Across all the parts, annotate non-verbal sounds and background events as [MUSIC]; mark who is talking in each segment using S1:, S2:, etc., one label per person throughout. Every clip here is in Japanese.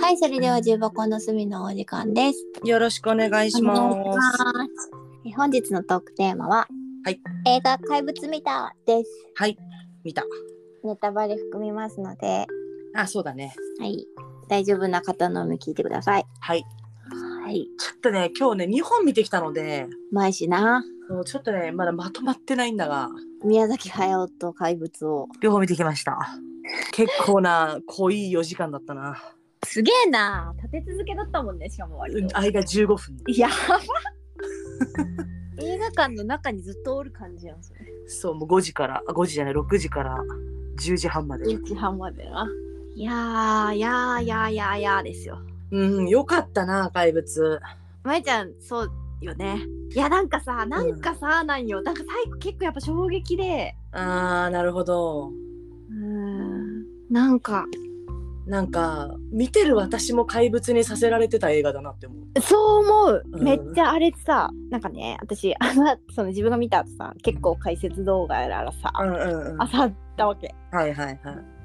S1: はい、それでは重箱の隅のお時間です。
S2: よろしくお願いし
S1: お願いし
S2: ます。
S1: ますえ本日のトークテーマは、
S2: はい
S1: 映画怪物見たです。
S2: はい、見た。
S1: ネタバレ含みますので、
S2: あ、そうだね。
S1: はい、大丈夫な方のみ聞いてください。
S2: はい。
S1: はい、
S2: ちょっとね、今日ね、2本見てきたので、
S1: まいしな。
S2: もうちょっとね、まだまとまってないんだが、
S1: 宮崎駿と怪物を。
S2: 両方見てきました。結構な、濃い4時間だったな。
S1: すげえな。立て続けだったもんね、しかも
S2: うん間15分。
S1: やば。 [LAUGHS] 映画館の中にずっとおる感じやん、それ。
S2: そう、もう5時から、あ5時じゃない、6時から10時半まで。
S1: 1時半までな。いやー、いやー、いやー、いやー、いやーですよ。
S2: うん、よかったな、怪物。
S1: まえちゃんそうよねいやなんかさなんかさ、なんよなんか最後結構やっぱ衝撃で
S2: あー、なるほど。
S1: うーんなんか
S2: なんか、見てる私も怪物にさせられてた映画だなって思う。
S1: そう思う、
S2: うん
S1: めっちゃあれさなんかね私あのその自分が見た後さ結構解説動画やらさ、
S2: うんうんうん。は
S1: あさったわけ
S2: いはいはい。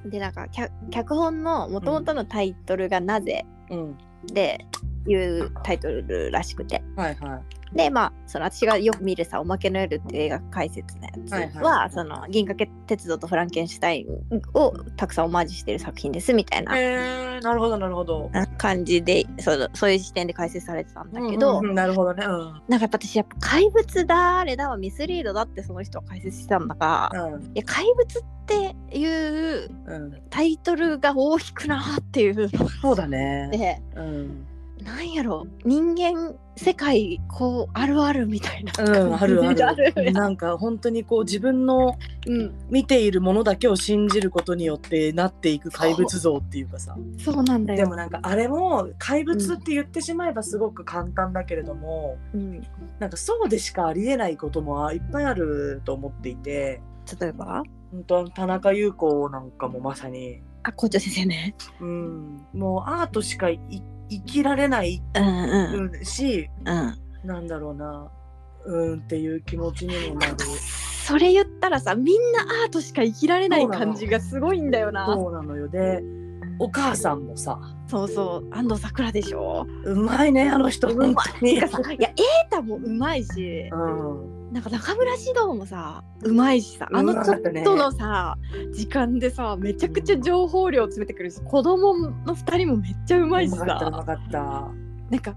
S1: でなんか脚脚本のもともとのタイトルが「なぜ
S2: うん。」
S1: でいうタイトルらしくて
S2: はいはい。
S1: でまあその私がよく見るさ「おまけの夜」っていう映画解説のやつは,、
S2: はいはい
S1: その銀河鉄道とフランケンシュタインをたくさんオマージュしてる作品ですみたいな
S2: へえなるほどなるほど。
S1: 感じでそのそういう視点で解説されてたんだけど、
S2: うんうんうんなるほどね。うん
S1: なんかやっぱ私やっぱ怪物だあれだはミスリードだってその人は解説してたんだが、
S2: うん
S1: いや怪物っていう
S2: うん、
S1: タイトルが大きくなっていうの
S2: そうだね。
S1: で
S2: うん、
S1: なんやろ人間世界こうあるあるみたいな
S2: う [LAUGHS]
S1: 感じで、
S2: ん、あるある。
S1: やん
S2: なんか本当にこう自分の
S1: うん
S2: 見ているものだけを信じることによってなっていく怪物像っていうかさ。
S1: そうなんだ
S2: で
S1: よ。
S2: もなんかあれも怪物って言ってしまえばすごく簡単だけれども、
S1: うん、
S2: なんかそうでしかありえないこともいっぱいあると思っていて、
S1: 例えば
S2: 本当田中優子なんかもまさに、
S1: あ校長先生ね。
S2: うん、もうアートしかい生きられない、
S1: うんうん
S2: うん、し
S1: うん。
S2: なんだろうなうーんっていう気持ちにもなる
S1: それ言ったらさみんなアートしか生きられない感じがすごいんだよな。
S2: そうなのよでお母さんもさ
S1: そうそう安藤サクラでしょ。
S2: うまいねあの人
S1: うまい
S2: 本当に
S1: てかさいや瑛太もうまいし
S2: うん
S1: なんか中村獅童もさうまいしさあのちょっとのさ、時間でさめちゃくちゃ情報量詰めてくるし子供の2人もめっちゃうまいし
S2: うまかった
S1: さ
S2: うまかった
S1: なんか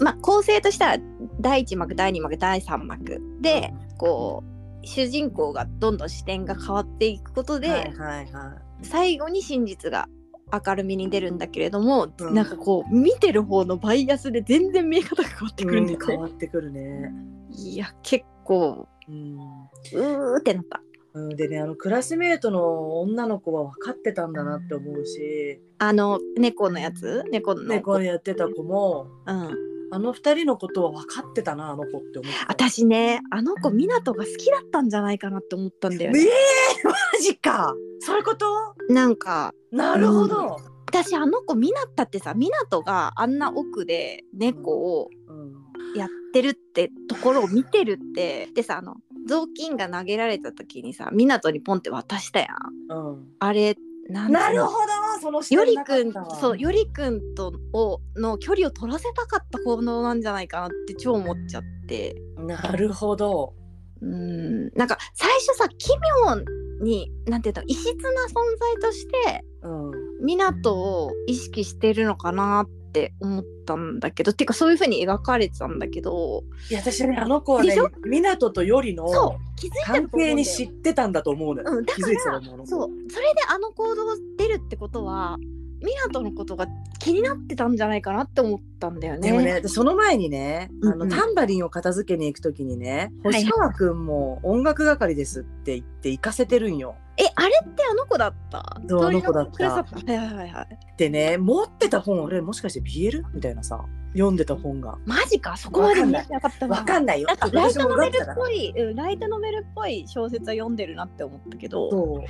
S1: まあ構成としたら第1幕第2幕第3幕で、こう主人公がどんどん視点が変わっていくことで、
S2: はいはいは
S1: 最後に真実が明るみに出るんだけれども、
S2: うん
S1: なんかこう見てる方のバイアスで全然見え方が変わって
S2: い
S1: くるん
S2: う
S1: だ
S2: ん
S1: よ
S2: 変
S1: ね。
S2: わってくるね
S1: いや結構
S2: うん
S1: うーってなった。
S2: うんでねあのクラスメートの女の子は分かってたんだなって思うし
S1: あの猫のやつ猫の
S2: 猫やってた子も
S1: うん、
S2: あの二人のことは分かってたなあの子って思った
S1: 私ねあの子湊が好きだったんじゃないかなって思ったんだ
S2: え
S1: よ
S2: ー、
S1: ね。
S2: マジかそういうこと
S1: なんか
S2: なるほど、
S1: 私あの子湊ってさ湊があんな奥で猫を
S2: うん
S1: やってるってところを見てるってでさあの雑巾が投げられた時にさ湊にポンって渡したやん
S2: うん
S1: あれなん
S2: なるほどその
S1: よ
S2: よ
S1: りくんそうよりくんとをの距離を取らせたかった行動なんじゃないかなって超思っちゃって
S2: なるほど
S1: うーんなんか最初さ奇妙になんていうの異質な存在として
S2: うん
S1: 湊を意識してるのかなって思ったんだけどてかそういう風に描かれてたんだけど
S2: いや私ねあの子はね
S1: でしょ
S2: 湊とよりの
S1: そう気づいて
S2: 関
S1: ると思うんだ
S2: 係
S1: よ
S2: に知ってたんだと思うのよ、
S1: うんだ
S2: 気
S1: から
S2: づいてたと思うの
S1: そうそれであの行動を出るってことは湊のことが気になってたんじゃないかなって思ったんだよね。
S2: でもね、私その前にね、あ
S1: うんう
S2: の
S1: ん
S2: タンバリンを片付けに行くときにね、
S1: はいはい
S2: 星川くんも音楽係ですって言って行かせてるんよ。
S1: えあれってあの子だった
S2: そうあの子だった
S1: 鳥のクラスだはいはいはい。
S2: でね、持ってた本、俺もしかして BL? みたいなさ、読んでた本が。
S1: マジかそこまで見えてなかった
S2: わか
S1: ん
S2: んないよ。
S1: なんかライ
S2: 私
S1: ト
S2: も
S1: ノベルっ
S2: わか
S1: ぽい、うん、ライトノベルっぽい小説は読んでるなって思ったけ
S2: った
S1: ど
S2: そう。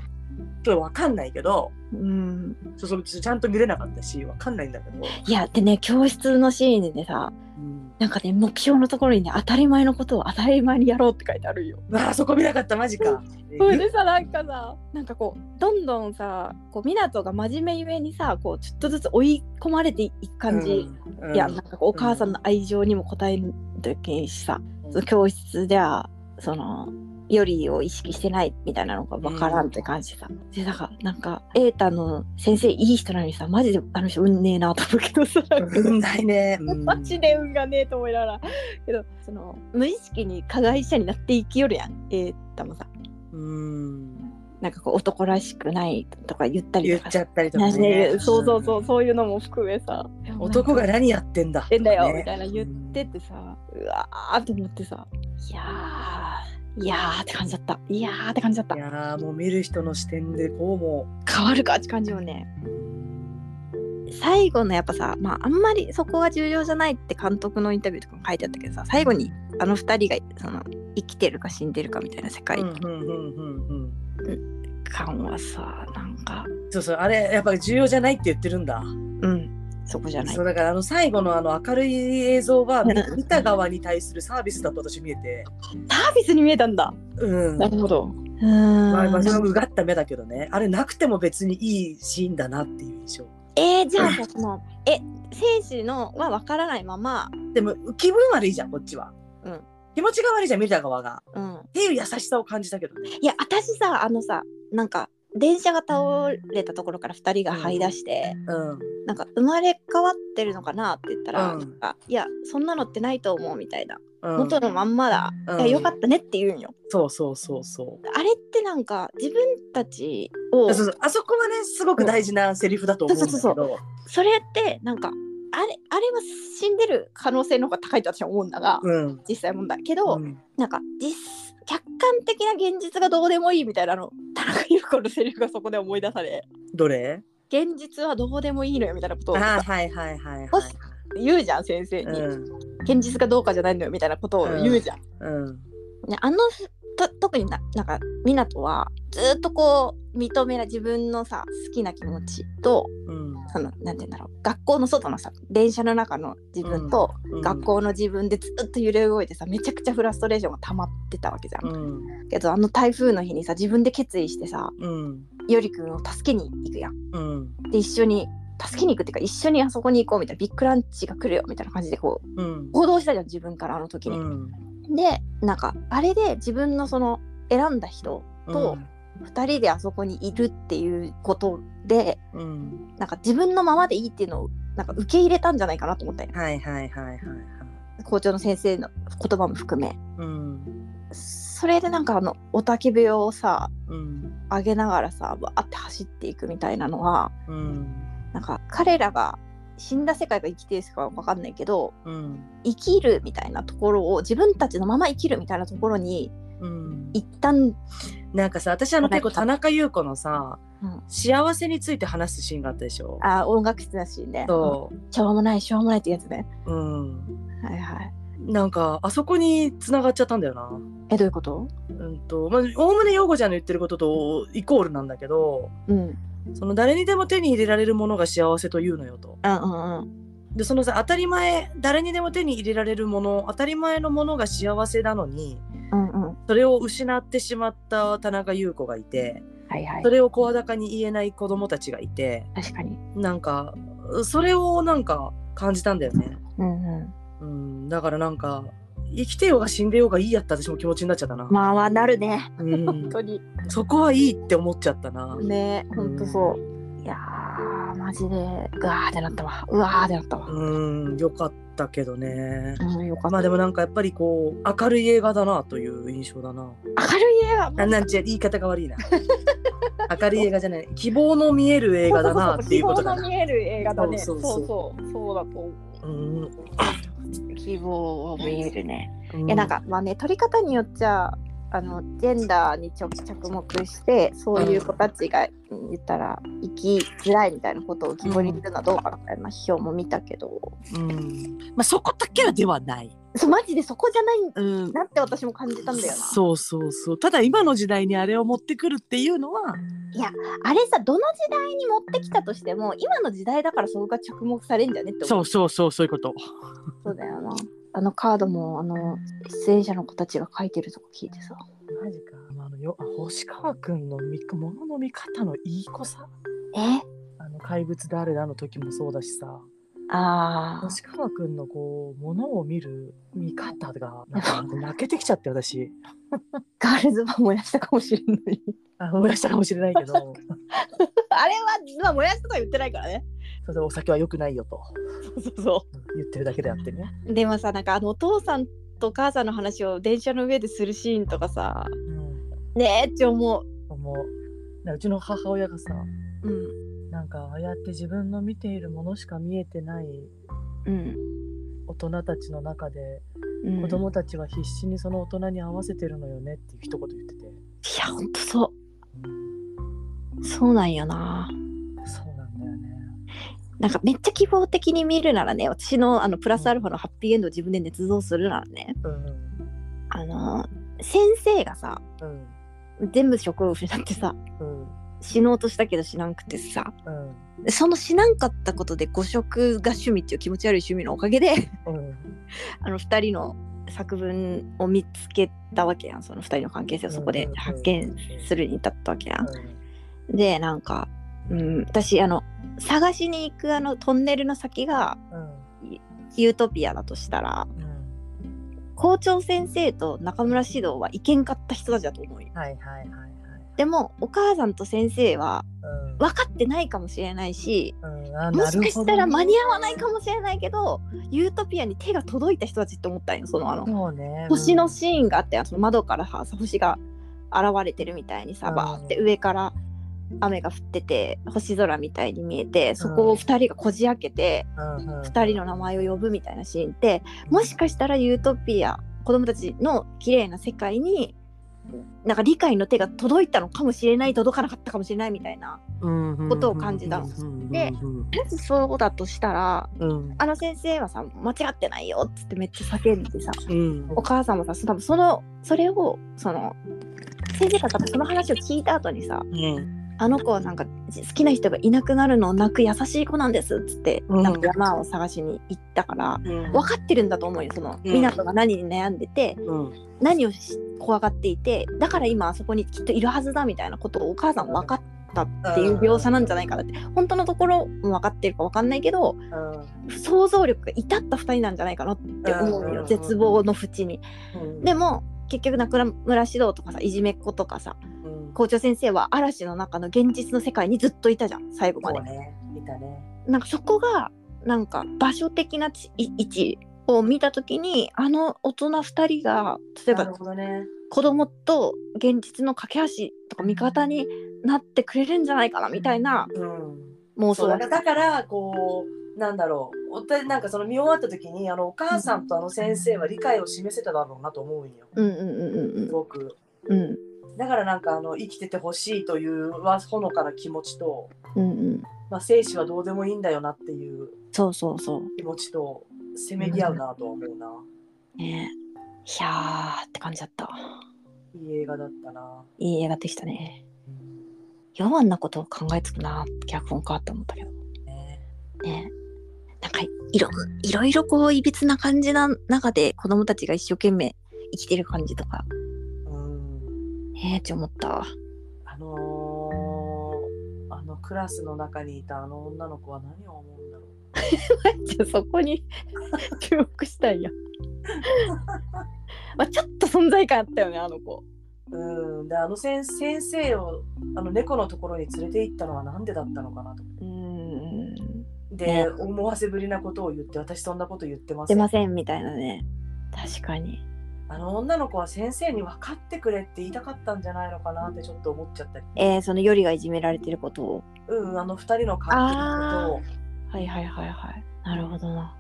S2: ちょっとわかんないけど、
S1: うん
S2: そうそうちょちゃんと見れなかったしわかんないんだけど、
S1: いやでね教室のシーンでねさ
S2: うん
S1: なんかね目標のところにね当たり前のことを当たり前にやろうって書いてあるよ。
S2: わあそこ見なかったマジか。
S1: [LAUGHS] それでさなんかさなんかこうどんどんさこう湊が真面目ゆえにさこうちょっとずつ追い込まれていく感じ、
S2: うん、うん
S1: いやなんかこうお母さんの愛情にも応えるときしさ、その教室ではそのよりを意識してないみたいなのが分からんって感じでさ、でだからなんか瑛太の先生いい人なのにさマジであの人運ねえなと思うけどさ、
S2: [LAUGHS] うんない
S1: [LAUGHS]
S2: ね。うん
S1: マジで運がねえと思いながらけどその無意識に加害者になっていきよるやん瑛太もさ
S2: うん。
S1: なんかこう男らしくないとか言ったり
S2: 言
S1: とか
S2: っちゃったりと
S1: なん
S2: か
S1: かねそうそうそう、
S2: う
S1: そういうのも含めさ
S2: ん。男が何やってんだ。
S1: ってんだよ、
S2: ね
S1: みたいな言っててさうわーと思ってさいやーいやーって感じだったいやーって感じだった
S2: いやーもう見る人の視点でこうも
S1: 変わるかって感じよね最後のやっぱさまああんまりそこが重要じゃないって監督のインタビューとかも書いてあったけどさ最後にあの2人がその生きてるか死んでるかみたいな世界
S2: うんうんうんうんうん。
S1: 観はさなんか
S2: そうそうあれやっぱり重要じゃないって言ってるんだ。
S1: うんそこじゃない
S2: そうだからあの最後のあの明るい映像は見
S1: うん
S2: 見た側に対するサービスだと私見えて。
S1: サービスに見えたんだ
S2: うん。
S1: なるほどうー
S2: まあ、まあ、そ
S1: ん
S2: のうがった目だけどね、あれなくても別にいいシーンだなっていう印象。
S1: えー、じゃあさそのえ生死のは分からないまま
S2: でも気分悪いじゃん、こっちは。
S1: うん
S2: 気持ちが悪いじゃん、見た側が。っ
S1: うん
S2: ていう優しさを感じたけどね。
S1: いや私さあのさなんか電車が倒れたところから2人が這い出して、
S2: うん。
S1: なんか生まれ変わってるのかなって言ったら、
S2: うん
S1: なんかいやそんなのってないと思うみたいな、
S2: うん、
S1: 元のまんまだ、
S2: うん
S1: いやよかったねって言うんよ
S2: そうそうそうそう。
S1: あれってなんか自分たちを
S2: そうそうあそこはね、すごく大事なセリフだと思うんだけど。
S1: そうそそれってなんかあれあれは死んでる可能性の方が高いと私は思うんだが、
S2: うん。
S1: 実際問題けど、
S2: うん
S1: なんか実客観的な現実がどうでもいいみたいなの田中裕子のセリフがそこで思い出され
S2: どれ
S1: 現実はどうでもいいのよみたいなこと
S2: あ
S1: を
S2: ーはいはいはいはい。
S1: もし言うじゃん先生に、
S2: うん。
S1: 現実がどうかじゃないのよみたいなことを言うじゃん。
S2: うん。
S1: ねあのと特にななんか湊はずーっとこう認めら自分のさ好きな気持ちと
S2: うん。
S1: そのなんて言うんだろう学校の外のさ電車の中の自分と、
S2: うん
S1: 学。校の自分でずっと揺れ動いてさめちゃくちゃフラストレーションが溜まってたわけじゃん。
S2: うん。
S1: けどあの台風の日にさ自分で決意してさ
S2: うん。
S1: よりくんを助けに行くやん。
S2: うん。
S1: で一緒に助けに行くっていうか一緒にあそこに行こうみたいなビッグランチが来るよみたいな感じでこう
S2: うん。
S1: 行動したじゃん自分からあの時に。
S2: うん
S1: でなんかあれで自分のその選んだ人と2人であそこにいるっていうことで
S2: うん。
S1: なんか自分のままでいいっていうのをなんか受け入れたんじゃないかなと思ったよ
S2: はいはいはいはいはい。
S1: 校長の先生の言葉も含め
S2: うん。
S1: それでなんかあの雄たけびをさ
S2: うん。
S1: 上げながらさわーって走っていくみたいなのは
S2: うん。
S1: なんか彼らが死んだ世界が生きてる世界か分かんないけど
S2: うん。
S1: 生きるみたいなところを自分たちのまま生きるみたいなところに
S2: うん。
S1: 一旦
S2: なんかさ、私あの結構田中優子のさ
S1: うん、
S2: 幸せについて話すシーンがあったでしょ。
S1: あー音楽室だしね
S2: そ
S1: しょうもないしょうもないってやつね。
S2: う。うん。
S1: はいはい。
S2: なんかあそこに繋がっちゃったんだよな。
S1: えどういうこと？
S2: うんと、まあ、おおむね陽子ちゃんの言ってることとイコールなんだけど、
S1: うんうん
S2: その誰にでも手に入れられるものが幸せというのよと。
S1: うんうん。
S2: でそのさ当たり前誰にでも手に入れられるもの当たり前のものが幸せなのに
S1: うんうん。
S2: それを失ってしまった田中優子がいて
S1: はいはい
S2: そ。れを声高に言えない子供たちがいて
S1: 確かに。
S2: なんかそれをなんか感じたんだよね、
S1: うんうん。
S2: うん、だからなんか生きてようが死んでようがいいやって私も気持ちになっちゃったな、
S1: まあはなるね。
S2: うん、
S1: 当に。
S2: そこはいいって思っちゃったな、
S1: ね本当そう。いやーマジでうわーってなったわ。うわーってなったわ。
S2: うんよかったけどね
S1: うんよかった。
S2: まあでもなんかやっぱりこう明るい映画だなという印象だな
S1: 明るい映画。
S2: あなんちゃ言い方が
S1: [LAUGHS]
S2: 悪いな。明るい映画じゃない。希望の見える映画だなっていうことだ
S1: 希望
S2: な。
S1: の見える映画だね。そ
S2: そうう
S1: そ
S2: そうう
S1: そう [LAUGHS] そうだと思
S2: うん。
S1: う。希望を見えるね。
S2: い
S1: いやなん。かまあね取り方によっちゃあのジェンダーにちょ着目してそういう子たちがうん言ったら生きづらいみたいなことを希望にするのはどうかみたいな批評も見たけど、
S2: うん。まあそこだけはではない。
S1: そうマジでそこじゃない
S2: うん。
S1: なって私も感じたんだよな。
S2: そうそうそう。ただ今の時代にあれを持ってくるっていうのは。
S1: あれさどの時代に持ってきたとしても今の時代だからそこが着目されんじゃねって思う。
S2: そうそうそうそういうこと。
S1: そうだよな。あのカードもあの出演者の子たちが書いてるとこ聞いてさ
S2: マジか。あのよあ星川くんの見ものの見方のいい子さ。
S1: え
S2: あの怪物誰だの時もそうだしさ。
S1: ああ
S2: 星川くんのこうものを見る見方がなんか泣けてきちゃって私。
S1: ガールズバー燃やしたかもしれない
S2: あ思い出したかもしれないけど。
S1: [LAUGHS]
S2: [LAUGHS]
S1: あれは実は燃やすとか言ってないからね
S2: それでお酒は良くないよと
S1: そうそうそ
S2: 言ってるだけであってね。
S1: うでもさなんかあのお父さんとお母さんの話を電車の上でするシーンとかさ
S2: うん。
S1: ねえって思う
S2: 思う。なうちの母親がさ、
S1: うん
S2: なんかああやって自分の見ているものしか見えてない
S1: うん
S2: 大人たちの中で
S1: うん
S2: 子供たちは必死にその大人に合わせてるのよねっていう一言言ってて、
S1: いやほんとそうそうなんよな
S2: そうなんだよね
S1: なんかめっちゃ希望的に見るならね私のあのプラスアルファのハッピーエンドを自分で捏造するならね
S2: うん
S1: あの先生がさ
S2: うん
S1: 全部職を失ってさ
S2: うん
S1: 死のうとしたけど死なんくてさ
S2: うん
S1: その死なんかったことで誤食が趣味っていう気持ち悪い趣味のおかげで [LAUGHS]
S2: うん
S1: あの2人の作文を見つけたわけやんその2人の関係性をそこで発見するに至ったわけやん。でなんか、うん、私あの探しに行くあのトンネルの先が
S2: うん
S1: ユートピアだとしたら
S2: うん
S1: 校長先生と中村獅童は行けんかった人たちだと思うよ。
S2: はいはいはいはい
S1: でもお母さんと先生は
S2: うん
S1: 分かってないかもしれないし
S2: うんあ
S1: もしかしたら間に
S2: 合
S1: 合わないかもしれないけどユートピアに手が届いた人たちって思ったんよそのあの
S2: そうね
S1: 星の
S2: ーン
S1: シーンがあってあのその窓からさ星が現れてるみたいにさ
S2: うん
S1: バーって上から雨が降ってて星空みたいに見えてそこを2人がこじ開けて2人の名前を呼ぶみたいなシーンってもしかしたらユートピア子供たちの綺麗な世界になんか理解の手が届いたのかもしれない届かなかったかもしれないみたいなことを感じたのでもしそうだとしたら
S2: うん
S1: あの先生はさ間違ってないよっつってめっちゃ叫んでさ
S2: うん
S1: お母さんもさそ多分そのそれをその先生が多分その話を聞いた後にさ
S2: うん
S1: あの子はなんかじ好きな人がいなくなるのを泣く優しい子なんですっつって、
S2: うん
S1: なんか山を探しに行ったから
S2: うん
S1: 分かってるんだと思うよその
S2: うん
S1: 湊が何に悩んでて
S2: うん
S1: 何をし怖がっていてだから今あそこにきっといるはずだみたいなことをお母さん分かったっていう描写なんじゃないかなって本当のところも分かってるか分かんないけど想像力が至った2人なんじゃないかなって思う
S2: うんうんう
S1: よ
S2: ん
S1: 絶望の淵に。
S2: うん
S1: でも結局中村獅童とかさいじめっ子とかさ
S2: うん
S1: 校長先生は嵐の中の現実の世界にずっといたじゃん最後ま
S2: そ
S1: で
S2: う。ね見たね
S1: なんかそこがなんか場所的なちい位置を見た時にあの大人2人が例えば
S2: なるほどね
S1: 子供と現実の架け橋とか味方になってくれるんじゃないかなみたいな
S2: うん
S1: 妄
S2: そう
S1: 想だ
S2: だからだからこうなんだろうお互いなんかその見終わった時にあのお母さんとあの先生は理解を示せただろうなと思うんよ
S1: うんうんうん
S2: すごく
S1: うんうん
S2: だからなんかあの生きててほしいというはほのかな気持ちと、
S1: うんうん
S2: まあ、生死はどうでもいいんだよなっていう
S1: そうそうそう
S2: 気持ちとせめぎ合うなとは思うな、
S1: ねいやーって感じだった
S2: いい映画だったない
S1: い映画でしたねようあんなことを考えつくな脚本かって思ったけど
S2: ね
S1: ねなんかいろいろいろこういびつな感じな中で子供たちが一生懸命生きてる感じとか
S2: うん
S1: えー、って思った
S2: あのーあのクラスの中にいたあの女の子は何を思うんだろう
S1: じゃあそこに [LAUGHS] 注目したいや、 [LAUGHS] まあ、ちょっと存在感あったよねあの子
S2: うん、であの先先生をあの猫のところに連れて行ったのは何でだったのかなと。
S1: うーん
S2: で、
S1: ね
S2: 思わせぶりなことを言って私そんなこと言ってませ
S1: 出
S2: ん
S1: ませんみたいなね確かに
S2: あの女の子は先生に分かってくれって言いたかったんじゃないのかなってちょっと思っちゃったり、
S1: えー、そのよりがいじめられてることを
S2: うん、あの二人の関係のこ
S1: はいはいはいはいなるほどな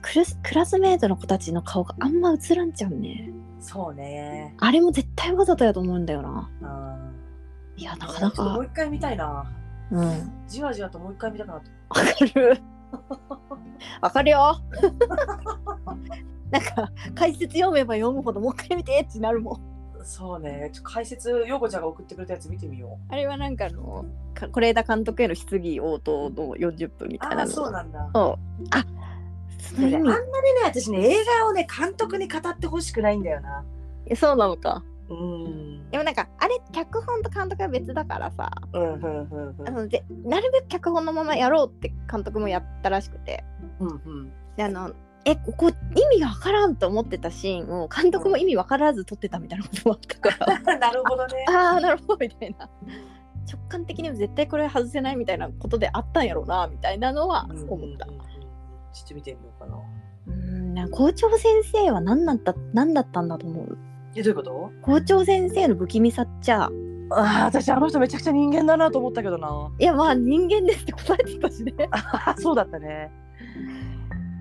S1: クラスクラスメートの子たちの顔があんま映らんちゃうね
S2: とをそうね、
S1: あれも絶対わざとやと思うんだよな
S2: うん、
S1: いやなか
S2: ちょ
S1: な
S2: っとも
S1: か
S2: う一回見たいな
S1: うんわ
S2: じわじわともう一回見たくなった
S1: かるわかるよ [LAUGHS] なんか解説読めば読むほどもう一回見てってなるもん
S2: そうねちょ解説ようこちゃんが送ってくれたやつ見てみよう
S1: あれはなんかあのか是枝監督への質疑応答の40分みたい
S2: あ
S1: な
S2: あ
S1: の
S2: そう
S1: そう
S2: なんだ
S1: あそ
S2: で
S1: の
S2: ね
S1: 意
S2: あんま
S1: 味
S2: りね私ね映画をね監督に語ってほしくないんだよな。
S1: えそうなのか
S2: うん。
S1: でもなんかあれ脚本と監督は別だからさ
S2: うんうんうんうん
S1: あのでなるべく脚本のままやろうって監督もやったらしくて
S2: うんうん
S1: であのえここ意味がわからんと思ってたシーンを監督も意味わからず撮ってたみたいなこともあったから
S2: [LAUGHS] なるほどね。
S1: [LAUGHS] ああなるほどみたいな直感的にも絶対これ外せないみたいなことであったんやろうなみたいなのは思った
S2: うんうんうんうん。ちょっと見てみようかな。
S1: うんなんか校長先生は何だった何だったんだと思う
S2: えどういうこと？
S1: 校長先生の不気味さっちゃ
S2: ああ私あの人めちゃくちゃ人間だなと思ったけどな。 [LAUGHS]
S1: いやまあ人間ですって答えてたしね
S2: そうだったね。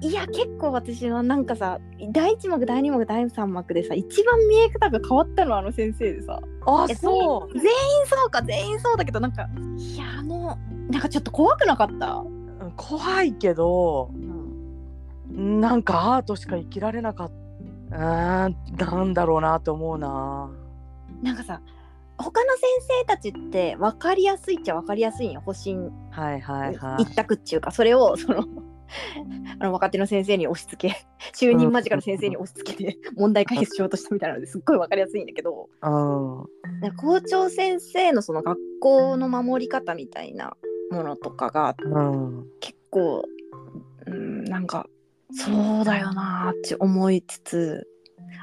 S1: いや結構私はなんかさ第1幕第2幕第3幕でさ一番見え方が変わったのはあの先生でさ
S2: あ
S1: いや
S2: そう。
S1: 全員そうか全員そうだけどなんかいやあのなんかちょっと怖くなかった、
S2: うん怖いけど
S1: うん、
S2: なんかアートしか生きられなかった。あーなんだろうなと思うな。
S1: なんかさ他の先生たちって分かりやすいっちゃ分かりやすいんよ保身
S2: はいはいはい。
S1: 一択っちゅうかそれをそのあの若手の先生に押し付け就任間近の先生に押し付けて問題解決しようとしたみたいなのですっごい分かりやすいんだけど
S2: うん。
S1: なんか校長先生のその学校の守り方みたいなものとかが
S2: うん。
S1: 結構うんなんかそうだよなーって思いつつ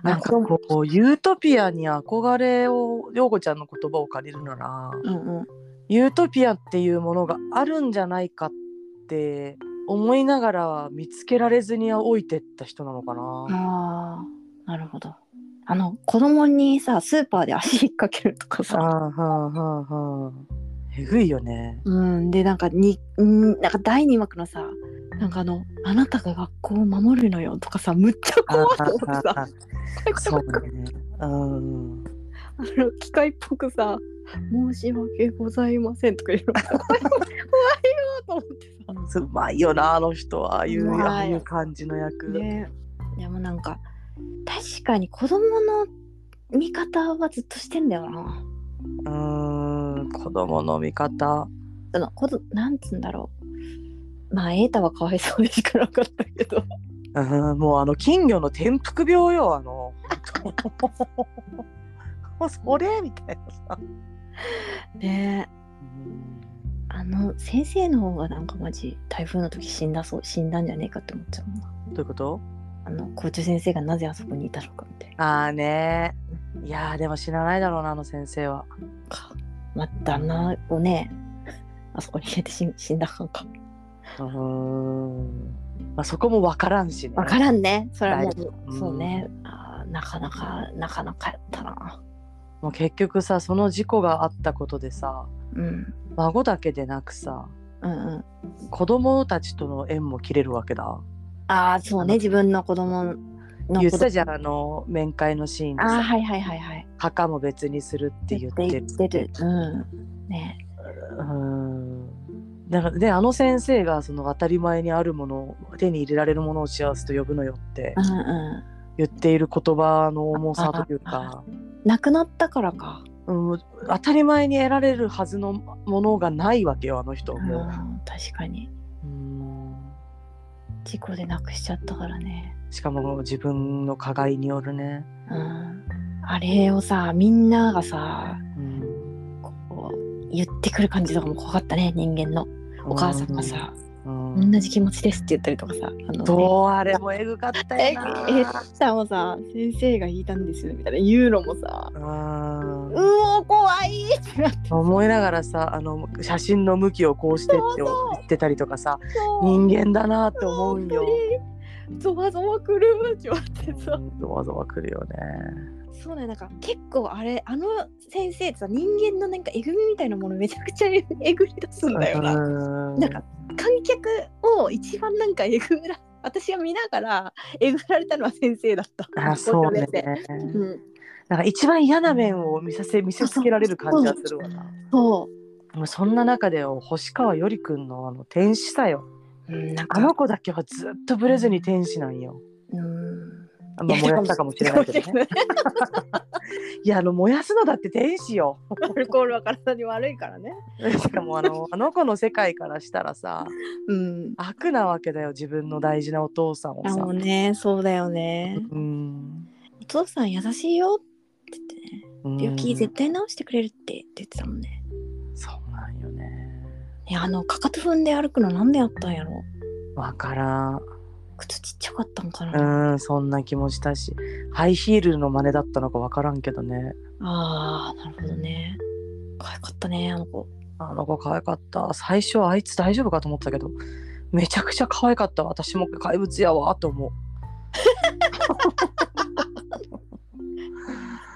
S2: なんかこうユートピアに憧れを陽子ちゃんの言葉を借りるなら
S1: うんうん
S2: ユートピアっていうものがあるんじゃないかって思いながら見つけられずに老いてった人なのかな。
S1: あーなるほどあの子供にさスーパーで足引っ掛けるとか
S2: あー
S1: さ
S2: はあはあはあ。えぐいよね。
S1: うん、でなんかに、うん、なんか第2幕のさなんかあの「あなたが学校を守るのよ」とかさむっちゃ怖いと思ってさ
S2: あーそうね。うん。
S1: あの機械っぽくさ「申し訳ございません」とか言うの怖いよ怖いよと思ってさ。
S2: うまいよなあの人はああいう
S1: う
S2: あ
S1: ま
S2: あ
S1: い
S2: いう感じの役。
S1: ね、でもなんか確かに子供の見方はずっとしてんだよな。
S2: うん子供の味方。
S1: その子どなんつうんだろうまあ瑛太はかわいそうでしかなかったけど
S2: うんもうあの金魚の転覆病よあ
S1: [LAUGHS]
S2: のもうそれみたいなさ、
S1: ねあの先生の方がなんかマジ台風の時死んだそう死んだんじゃねえかって思っちゃうもんな
S2: どういうこと
S1: あの校長先生がなぜあそこにいたのかみたいな
S2: ああねいやーでも知らないだろうなあの先生は
S1: かまあ旦那をねあそこに入れて死ん [LAUGHS] 死んだかんか
S2: うん、まあ、そこも分からんしね
S1: わからんねそれはも
S2: だいぶ
S1: う、
S2: うん
S1: そうねあーなかなかなかなかやったな
S2: もう結局さその事故があったことでさ
S1: うん
S2: 孫だけでなくさ
S1: うんうん
S2: 子供たちとの縁も切れるわけだ
S1: ああそうね自分の子供の
S2: 言っ
S1: 子
S2: て
S1: 供
S2: たじゃんあの面会のシーンで
S1: ああ
S2: さ
S1: はいはいはいはい
S2: 墓も別にするって言ってる
S1: 言ってるうんね
S2: うんだからであの先生がその当たり前にあるものを手に入れられるものを幸せと呼ぶのよって
S1: うんう
S2: 言っている言葉の重さというか、
S1: ん亡くなったからか
S2: うん、当たり前に得られるはずのものがないわけよあの人は
S1: う
S2: も
S1: ん確かに
S2: ううん
S1: 事故で亡くしちゃったからね
S2: しかも自分の加害によるね、
S1: うんあれをさみんながさ
S2: うん、
S1: こう言ってくる感じとかも怖かったね人間のお母さんがさ
S2: うん、うん
S1: 同じ気持ちですって言ったりとかさあのね
S2: どうあれもえぐかった
S1: え
S2: よな
S1: えさんもさ先生が弾いたんですよみたいな言うのもさ
S2: うん
S1: うお怖いってなって
S2: 思いながらさあの写真の向きをこうしてって言ってたりとかさ人間だなって思うよ。
S1: ゾワゾワくるって言われてさ
S2: うんゾワゾワくるよね。
S1: そうねなんか結構あれあの先生ってさ人間のなんかえぐみみたいなものめちゃくちゃえぐり出すんだよな
S2: うん
S1: なんか観客を一番なんかえぐら私が見ながらえぐられたのは先生だった
S2: あそうね。
S1: うん、
S2: なんか一番嫌な面を見させ見せつけられる感じがするわな。
S1: そ
S2: もうそんな中で星川よりくんのあの天使さよ。
S1: う、うん、なん
S2: あ
S1: か
S2: の子だけはずっとブレずに天使なんよ。
S1: うん
S2: まあ、燃やしたかもしれないけどね。いやあの燃やすのだって天
S1: [LAUGHS]
S2: 使よ
S1: アルコールは体に悪いからね。
S2: しかもあのあの子の世界からしたらさ
S1: うん。
S2: 悪なわけだよ自分の大事なお父さんを
S1: あ
S2: さ
S1: のね、そうだよね。
S2: うん
S1: お父さん優しいよって言ってね。
S2: うん
S1: 病気絶対治してくれるってって言ってたもんね。
S2: そうなんよね
S1: ねあのかかと踏んで歩くのなんでやったんやろ
S2: わからん
S1: 靴ちっちゃかったんかな、
S2: うんそんな気もしたしハイヒールの真似だったのかわからんけどね
S1: あーなるほどね可愛かったねあの子
S2: あの子可愛かった最初あいつ大丈夫かと思ってたけどめちゃくちゃ可愛かった私も怪物やわと思う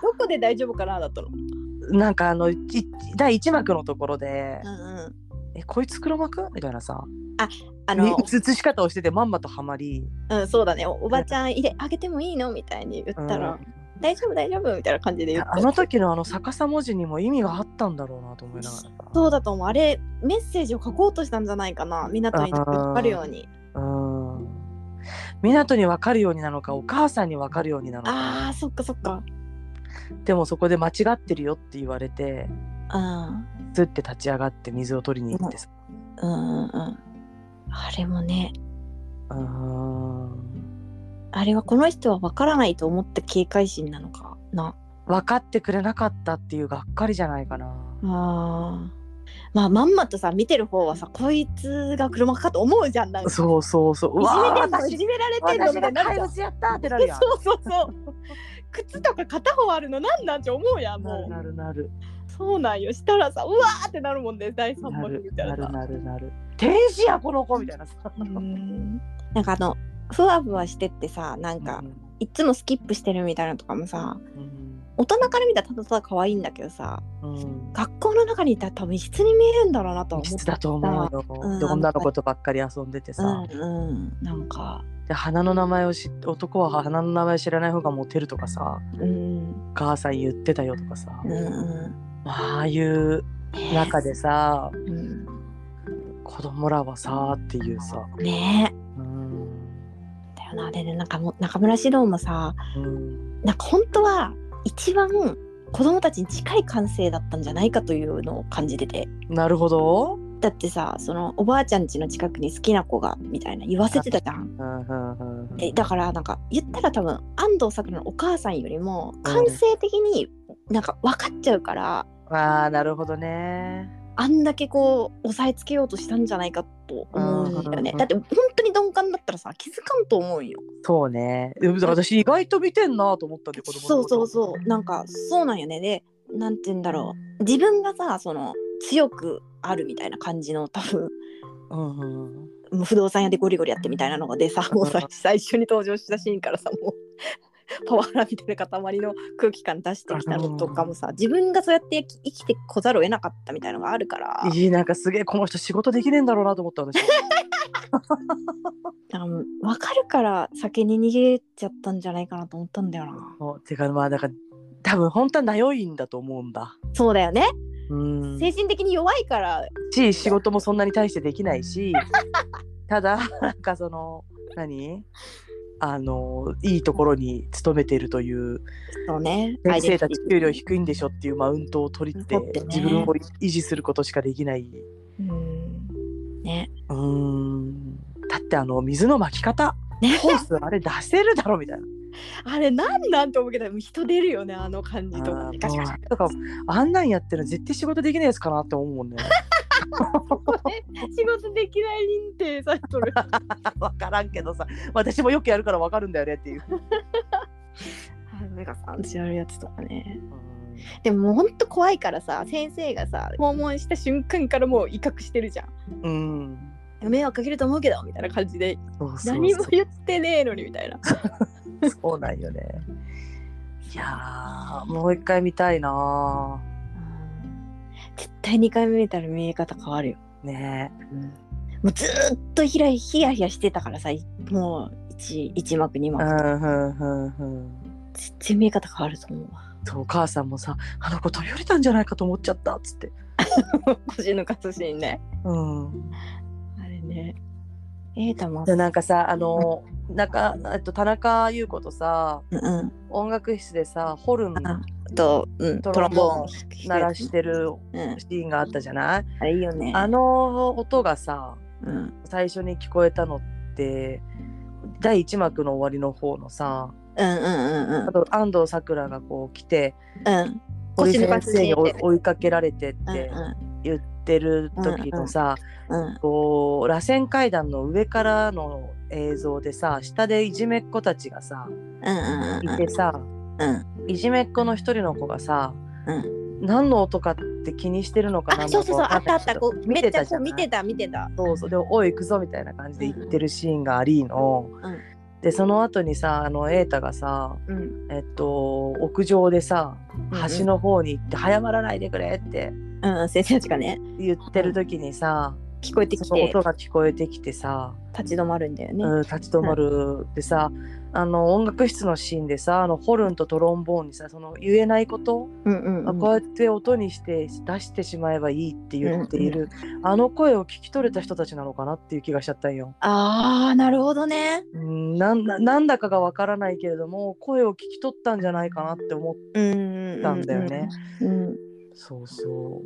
S1: どこで大丈夫かなだったの
S2: なんかあのい第1幕のところで
S1: うんうん
S2: 「えこいつ黒幕?」みたいなさ
S1: あ
S2: ね
S1: の、
S2: 映し方をしててまんまとハマり
S1: うん、そうだねおおばちゃん入れあげてもいいのみたいに言ったら、
S2: うん
S1: 大丈夫大丈夫みたいな感じで
S2: い
S1: 言
S2: や
S1: った
S2: あの時のあの逆さ文字にも意味があったんだろうなと思いながらさ
S1: そうだと思うあれメッセージを書こうとしたんじゃないかなみんなとに分かるように
S2: うん湊に分かるようになのかお母さんに分かるようになのか
S1: あーそっかそっか
S2: でもそこで間違ってるよって言われて
S1: うん
S2: ずって立ち上がって水を取りに行ってさ
S1: うんうんうんあれもね
S2: うん
S1: あれはこの人は分からないと思った警戒心なのかな。
S2: 分かってくれなかったっていうがっかりじゃないかな
S1: あまあまんまとさ見てる方はさこいつが車かと思うじゃんなんか
S2: そうそうそう
S1: いじめてん
S2: うわ
S1: の
S2: ー
S1: いじめられてんのみ
S2: 私
S1: たい
S2: が
S1: になる
S2: 怪
S1: じゃん
S2: 物やったってなるやん
S1: そうそうそう靴とか片方あるのなんなんって思うやん
S2: な
S1: も
S2: る
S1: う
S2: なるなる
S1: そうなんよしたらさうわーってなるもんね第三
S2: な
S1: 幕
S2: る
S1: 見た
S2: な
S1: ら
S2: る
S1: さ
S2: なるなる天使やこの子みたいなさ
S1: うんなんかあのふわふわしてってさなんか、
S2: うん
S1: いつもスキップしてるみたいなのとかもさ
S2: うん
S1: 大人から見たらただただ可愛いんだけどさ
S2: うん
S1: 学校の中にいたら多分異質に見えるんだろうなとは思っ
S2: 質だと思うよ、
S1: うん
S2: で女の子とばっかり遊んでてさ、
S1: うんうん、なんか、
S2: で花の名前を知男は花の名前知らない方がモテるとかさ
S1: うん
S2: お母さん言ってたよとかさ、
S1: うんう、
S2: ああいうん中でさ
S1: うん、
S2: 子供らはさっていうさ、
S1: ね
S2: うん
S1: えだよなでねなんかもう中村獅童もさ
S2: うん
S1: なんか本当は一番子供たちに近い感性だったんじゃないかというのを感じてて
S2: なるほど、
S1: だってさそのおばあちゃん家の近くに好きな子がみたいな言わせてたじゃん。
S2: うんうんうんうん
S1: でだからなんか言ったら多分安藤サクラのお母さんよりも感性的になんか分かっちゃうから、
S2: ああなるほどね
S1: あんだけこう押さえつけようとしたんじゃないかと思うんだよね。
S2: うん
S1: だって本当に鈍感だったらさ気づかんと思うよ。
S2: そうねでも私意外と見てんなと思ったんで子供の
S1: そう
S2: こと
S1: そうそうなんかそうなんよねでなんて言うんだろう自分がさその強くあるみたいな感じの多分
S2: うんうん
S1: もう不動産屋でゴリゴリやってみたいなのがでさもうさ
S2: うん
S1: 最初に登場したシーンからさもう。 [LAUGHS] パワハラみたいな塊の空気感出してきたのとかもさ自分がそうやって生き生きてこざるを得なかったみたいなのがあるから
S2: いいなんかすげえこの人仕事できねえんだろうなと思った私
S1: あの分かるから酒に逃げちゃったんじゃないかなと思ったんだよな [LAUGHS]
S2: そうてかまあだから多分本当は悩いんだと思うんだ
S1: そうだよね、
S2: うん
S1: 精神的に弱いから
S2: し仕事もそんなに大してできないし [LAUGHS] ただなんかその何あのいいところに勤めてるという
S1: そうね
S2: 先生たち給料
S1: 低
S2: 低いんでしょっていうマウントを取りって
S1: 取ってね
S2: 自分を維持することしかできない
S1: うんね
S2: うーんだってあの水の巻き方
S1: ね
S2: ホースあれ出せるだろみ [LAUGHS] たいな
S1: あれなんなんて思うけど人出るよねあの感じと
S2: あ
S1: か
S2: ー
S1: ガシガシ
S2: とかあんなんやってるの絶対仕事できないやつかなって思うもん [LAUGHS] ね
S1: 仕事できない認定されとるあ
S2: 分からんけどさ私もよくやるから分かるんだよねっていう。
S1: 目がさんってやるやつとかねでももうほんと怖いからさ先生がさ訪問した瞬間からもう威嚇してるじゃ
S2: うん
S1: ん迷惑かけると思うけどみたいな感じで
S2: そうそうそう
S1: 何も言ってねえのにみ [LAUGHS] たいな
S2: [LAUGHS] そうなんよね。いやーもう一回見たいな
S1: 絶対2回目見たら見え方変わるよ、
S2: ーねえ
S1: もうずーっとひらヒヤヒヤしてたからさもう 1, 一幕2
S2: う
S1: 幕、
S2: んうんうんうん
S1: 絶対見え方変わると思う [LAUGHS] わ
S2: そうお母さんもさあの子飛び降りたんじゃないかと思っちゃったっつって
S1: 腰抜かすシーンね
S2: うん
S1: あれねえー、たま
S2: でなんかさあのなんかえっと田中優子とさ
S1: うん
S2: 音楽室でさホルン
S1: あと、うん、
S2: ト
S1: トロ
S2: ロン
S1: ン
S2: ボ
S1: ボ
S2: ーン
S1: ーン
S2: 鳴らしてる
S1: うん、
S2: シーンがあったじゃない
S1: あれいいよね
S2: あの音がさ
S1: うん、
S2: 最初に聞こえたのって第1幕の終わりの方のさ
S1: うんうんうん
S2: あと安藤サクラがこう来て
S1: うんうん
S2: 堀
S1: 腰抜か
S2: 先
S1: し
S2: 生
S1: に
S2: に
S1: 行
S2: 追
S1: っ
S2: い
S1: て
S2: 追いかけられてって
S1: う
S2: 言ってる時のさ
S1: んうん
S2: こう螺旋階段の上からの映像でさ下でいじめっ子たちがさ
S1: うんうんうん
S2: いてさ
S1: うん
S2: いじめっ子の一人の子がさ
S1: うん
S2: 何の音かって気にしてるのかな
S1: あそうそうそうあったあったこうめっちゃこう見て
S2: た
S1: た見てた
S2: そうそうで「おい行くぞ」みたいな感じで言ってるシーンがありの、
S1: うん
S2: でその後にさあの瑛太がさ
S1: うん
S2: えっと屋上でさ
S1: うん
S2: 橋の方に行って「早まらないでくれ」って
S1: うん先生たちがね
S2: 言ってる時にさ、
S1: 聞こえてき
S2: その
S1: て
S2: 音が聞こえてきてさ、
S1: 立ち止まるんだよね
S2: うん、立ち止まる、でさあの音楽室のシーンでさあのホルンとトロンボーンにさその言えないこと、
S1: うんうん
S2: あ
S1: うん
S2: こうやって音にして出してしまえばいいって言っている、あの声を聞き取れた人たちなのかなっていう気がしちゃったんよ。
S1: あーなるほどね
S2: うんなんだなんだかがわからないけれども声を聞き取ったんじゃないかなって思っ
S1: うんうんうん
S2: たんだよね。
S1: うん
S2: そうそ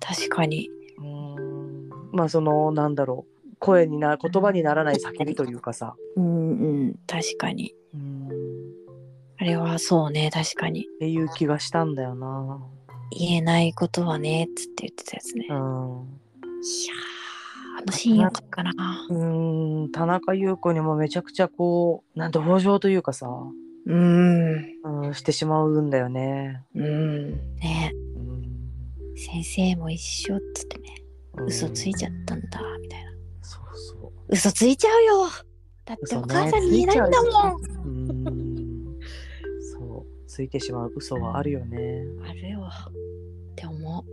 S1: 確かに
S2: う。うんまあそのなんだろう声にな言葉にならない叫びというかさ。
S1: うんうん確かに
S2: うん
S1: あれはそうね確かに
S2: っていう気がしたんだよな。
S1: 言えないことはねっつって言ってたやつね
S2: う
S1: いや
S2: ん
S1: ーあのシーンよかったな
S2: うん田中優子にもめちゃくちゃこうなん同情というかさ、
S1: うん
S2: うん、してしまうんだよね。
S1: うんね
S2: うん
S1: 先生も一緒っつってね嘘ついちゃったんだみたいな
S2: そうそう。
S1: 嘘ついちゃうよだって
S2: 嘘
S1: お
S2: ね
S1: 母さんに言えないんだもん、
S2: うーんそうついてしまう嘘はあるよね。う
S1: あるよって思
S2: ん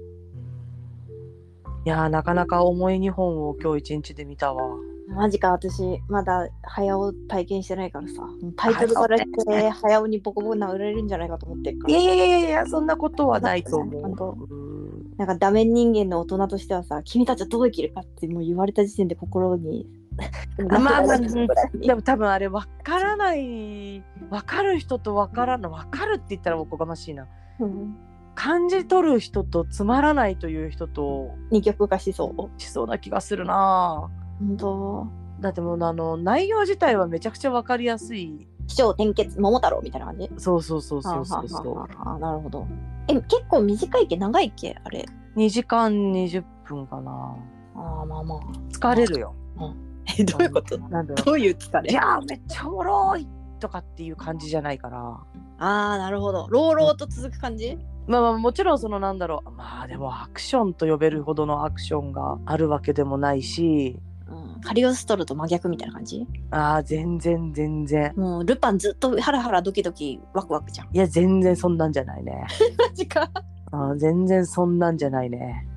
S2: いやーなかなか重い2本を今日一日で見たわ。
S1: うマジか私まだ早尾体験してないからさタイトルからして早尾にボコボコ殴られるんじゃないかと思ってるか
S2: い
S1: ら
S2: やいやいやいやそんなことはないと思
S1: 本当
S2: う。
S1: なんかダメ人間の大人としてはさ君たちはどう生きるかってもう言われた時点で心 [LAUGHS] に
S2: あまあま
S1: ぐら
S2: あ
S1: いに
S2: でも多分あれ分からない分かる人と分からない分かるって言ったらおこがましいな
S1: [LAUGHS] うん
S2: 感じ取る人とつまらないという人と
S1: 二極化しそう
S2: しそうな気がするな
S1: 本当
S2: だってもうあの内容自体はめちゃくちゃ分かりやすい
S1: 気象転結桃太郎みたいな感じ
S2: そうそうそうそうそうそう
S1: はあはあはあはあなるほどえ結構短いっけ長いっけあれ
S2: 2時間20分かな
S1: ああまあまあ
S2: 疲れるよ
S1: [LAUGHS] えどういうこと
S2: なんだろ
S1: どういう疲
S2: ういやーめっちゃおもろいとかっていう感じじゃないから
S1: ああなるほど朗々と続く感じ
S2: まあまあもちろんそのなんだろうまあでもアクションと呼べるほどのアクションがあるわけでもないし
S1: うんカリオストロと真逆みたいな感じ
S2: あー全然全然
S1: もうルパンずっとハラハラドキドキワクワクじゃん
S2: いや全然そんなんじゃな
S1: [LAUGHS]
S2: いね
S1: マジか
S2: あー全然そんなんじゃないね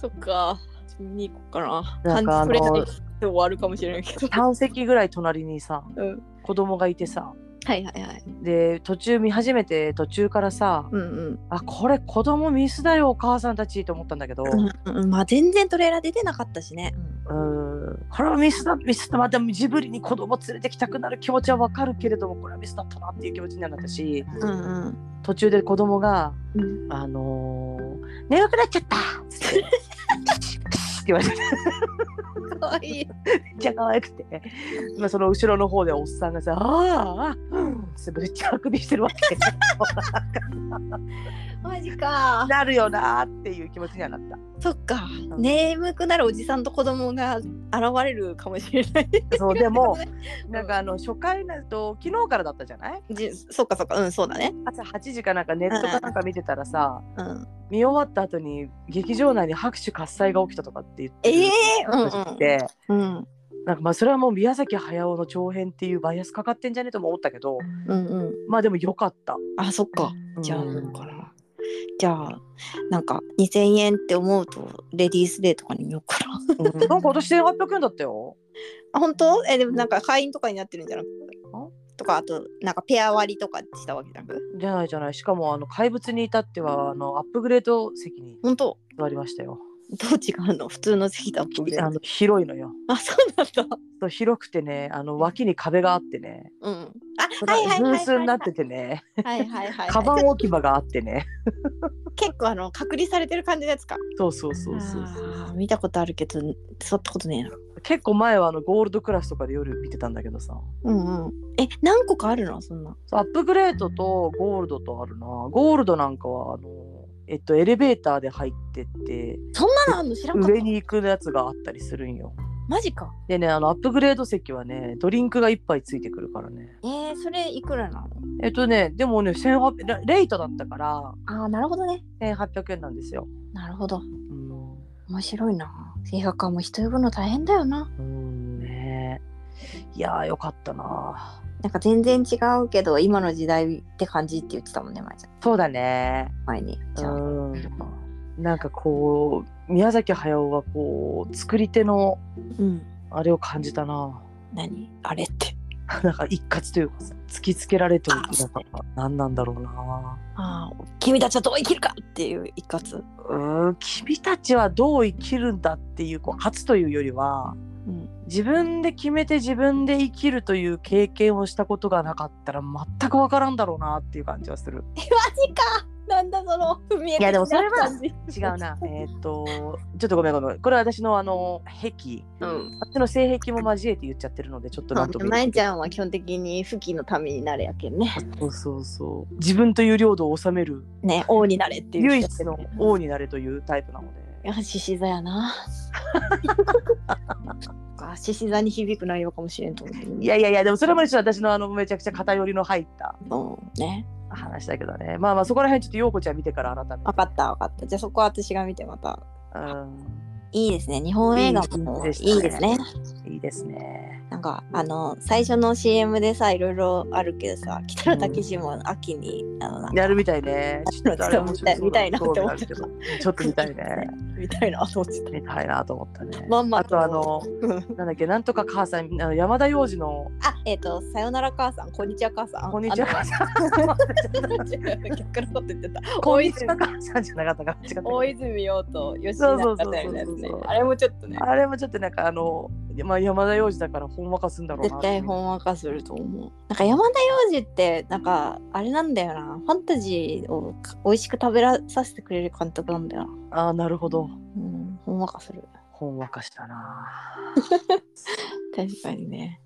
S1: そっか自分に行こうかな
S2: なんかあの
S1: 感じ取れないで終わるかもしれないけど、
S2: 3席ぐらい隣にさ
S1: うん、
S2: 子供がいてさ
S1: はいはいはい
S2: で途中見始めて途中からさ
S1: うんうん
S2: あこれ子供ミスだよお母さんたちと思ったんだけど、
S1: うんうんまあ全然トレーラー出てなかったしね、
S2: うーんこれはミスだミスだまたジブリに子供連れてきたくなる気持ちはわかるけれどもこれはミスだったなっていう気持ちになったし
S1: うんうん
S2: 途中で子供が
S1: うん
S2: 「あのー、眠くなっちゃった!」っつって「言わ
S1: [LAUGHS]
S2: れて
S1: かわいい
S2: めっちゃ可愛くて、まあ、その後ろの方でおっさんがさ「あーあーうん」つってめっちゃあくびしてるわけ
S1: マジか
S2: なるよなーっていう気持ちにはなった。
S1: そっか
S2: うん
S1: 眠くなるおじさんと子供が現れるかもしれない
S2: そうでもなんかあの初回だと昨日からだったじゃない
S1: [LAUGHS] じそっかそっかうんそうだね
S2: 朝8時かなんかネットかなんか見てたらさ、
S1: うん
S2: 見終わった後に劇場内に拍手喝采が起きたとかって言って
S1: ええ
S2: 人たちいて
S1: うんうん
S2: なんかまあそれはもう宮崎駿の長編っていうバイアスかかってんじゃねえとも思ったけど
S1: うんうん
S2: まあでもよかった。
S1: あそっかじゃあ
S2: うん
S1: どう
S2: [LAUGHS]
S1: かなじゃあなんか2,000円って思うとレディースデーとかに見ようかな [LAUGHS]
S2: うんなんか私1800円だったよ。
S1: あ本当えでもなんか会員とかになってるんじゃなくて
S2: あ
S1: とかあとなんかペア割りとかしたわけじゃなく
S2: じゃないじゃないしかもあの怪物に至ってはあのアップグレード席に
S1: 本当
S2: 座りましたよ。
S1: どう違うの普通の席とは全然
S2: あの広いのよ
S1: あそうなんだ
S2: そう広くてねあの脇に壁があってね
S1: うん
S2: そ
S1: あ
S2: れ
S1: はいはいはい
S2: ブ
S1: は
S2: ー
S1: い
S2: スになっててね
S1: はいはいはい
S2: カバン置き場があってね
S1: 結構あの隔離されてる感じのやつか
S2: そうそうそうそう
S1: あー見たことあるけど座ったことねえな
S2: 結構前はあのゴールドクラスとかで夜見てたんだけどさ
S1: うんうんえ何個かあるのそんな
S2: そうアップグレードとゴールドとあるなゴールドなんかはあのえっとエレベーターで入ってって
S1: そんなのあんの知らんかった
S2: 上に行くやつがあったりするんよ
S1: マジか
S2: でねあのアップグレード席はねドリンクが一杯ついてくるからね
S1: えー、それいくらなの
S2: えっとねでもね1800レレイトだったから
S1: ああなるほどね
S2: 1800円なんですよ
S1: なるほど
S2: うん
S1: 面白いな映画館も人呼ぶの大変だよな
S2: うんねいやーよかったな
S1: なんか全然違うけど今の時代って感じって言ってたもんね前ちゃん
S2: そうだね
S1: 前にじゃあ
S2: うんなんかこう宮崎駿はこう作り手の
S1: うん
S2: あれを感じたな
S1: 何あれって
S2: [LAUGHS] なんか一括というかさ突きつけられてる
S1: あそう
S2: なんか何なんだろうな
S1: ああ君たちはどう生きるかっていう一括
S2: うーん君たちはどう生きるんだっていうこう初というよりは
S1: うん
S2: 自分で決めて自分で生きるという経験をしたことがなかったら全く分からんだろうなっていう感じはする
S1: マジかなんだその不明
S2: いやでもそれは
S1: 感じ
S2: 違うな [LAUGHS] えーっとちょっとごめんごめんこれは私のあの癖
S1: うん
S2: 私の性癖も交えて言っちゃってるのでちょっとなんとも言え
S1: 前
S2: ない
S1: ちゃんは基本的に不機のためになるやけんね
S2: そうそうそう自分という領土を治める
S1: ね王になれっていう
S2: 唯一の王になれというタイプなので
S1: いや獅子座や [LAUGHS] なあ獅子座に響く内容かもしれんと思って
S2: いやいやいやでもそれまでちょっと私のあのめちゃくちゃ偏りの入った
S1: うんね
S2: 話だけどねまあまあそこら辺ちょっと陽子ちゃん見てから改めて
S1: 分かった分かったじゃあそこは私が見てまた
S2: うん
S1: いいですね日本映画もい
S2: いい
S1: い
S2: で
S1: ですす
S2: ね
S1: ね
S2: いいですね
S1: なんかあの最初の CM でさいろいろあるけどさ北野武も秋に、あのなんか
S2: やるみたいねちょっとあれ面白そう
S1: 見たいなって
S2: 興味
S1: 思
S2: あ
S1: っ
S2: る
S1: て
S2: け
S1: た
S2: どちょっと見た
S1: [LAUGHS]
S2: いね
S1: みたいなと思ってた
S2: 見たいなと思ったね
S1: まんま
S2: あとあの
S1: うん
S2: なんだっけなんとか母さんあの山田洋次の
S1: あえっ、と「さよなら母さんこんにちは母さん」
S2: こんにちは
S1: あの
S2: 母さ
S1: [LAUGHS]
S2: ん
S1: 逆のこと言ってた
S2: [LAUGHS] こんにちは母さんじゃなかったか違ったか
S1: 大泉洋と吉永小百合のやつ
S2: そうそうそう
S1: ね
S2: そう
S1: あれもちょっとね
S2: あれもちょっとなんかあの、まあ、山田洋次だからほんわかすんだろうな
S1: 絶対ほんわかすると思うなんか山田洋次ってなんかあれなんだよなファンタジーを美味しく食べらさせてくれる監督なんだよな
S2: ああなるほど
S1: うんほんわかする
S2: ほんわかしたな
S1: [LAUGHS] 確かにね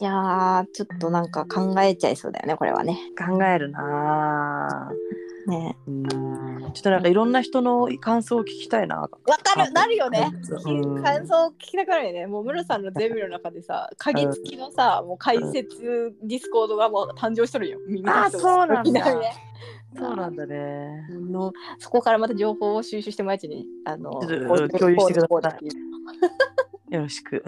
S1: いやーちょっとなんか考えちゃいそうだよねこれはね
S2: 考えるな
S1: ね
S2: うんちょっとなんかいろんな人の感想を聞きたいな
S1: わかるなるよね
S2: うん
S1: 感想を聞きたくなるよねもうムロさんのゼミの中でさ鍵付きのさもう解説ディスコードがもう誕生しとるよみんなの人が
S2: あそうなんだ
S1: みなね
S2: そうなんだね
S1: あのそこからまた情報を収集してもらえちにあの
S2: ちょっと共有してください
S1: こうこうこうっていう
S2: よろしく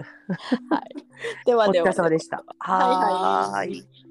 S1: で
S2: お
S1: はで
S2: 疲
S1: は
S2: れ様でした
S1: はいはい
S2: はーい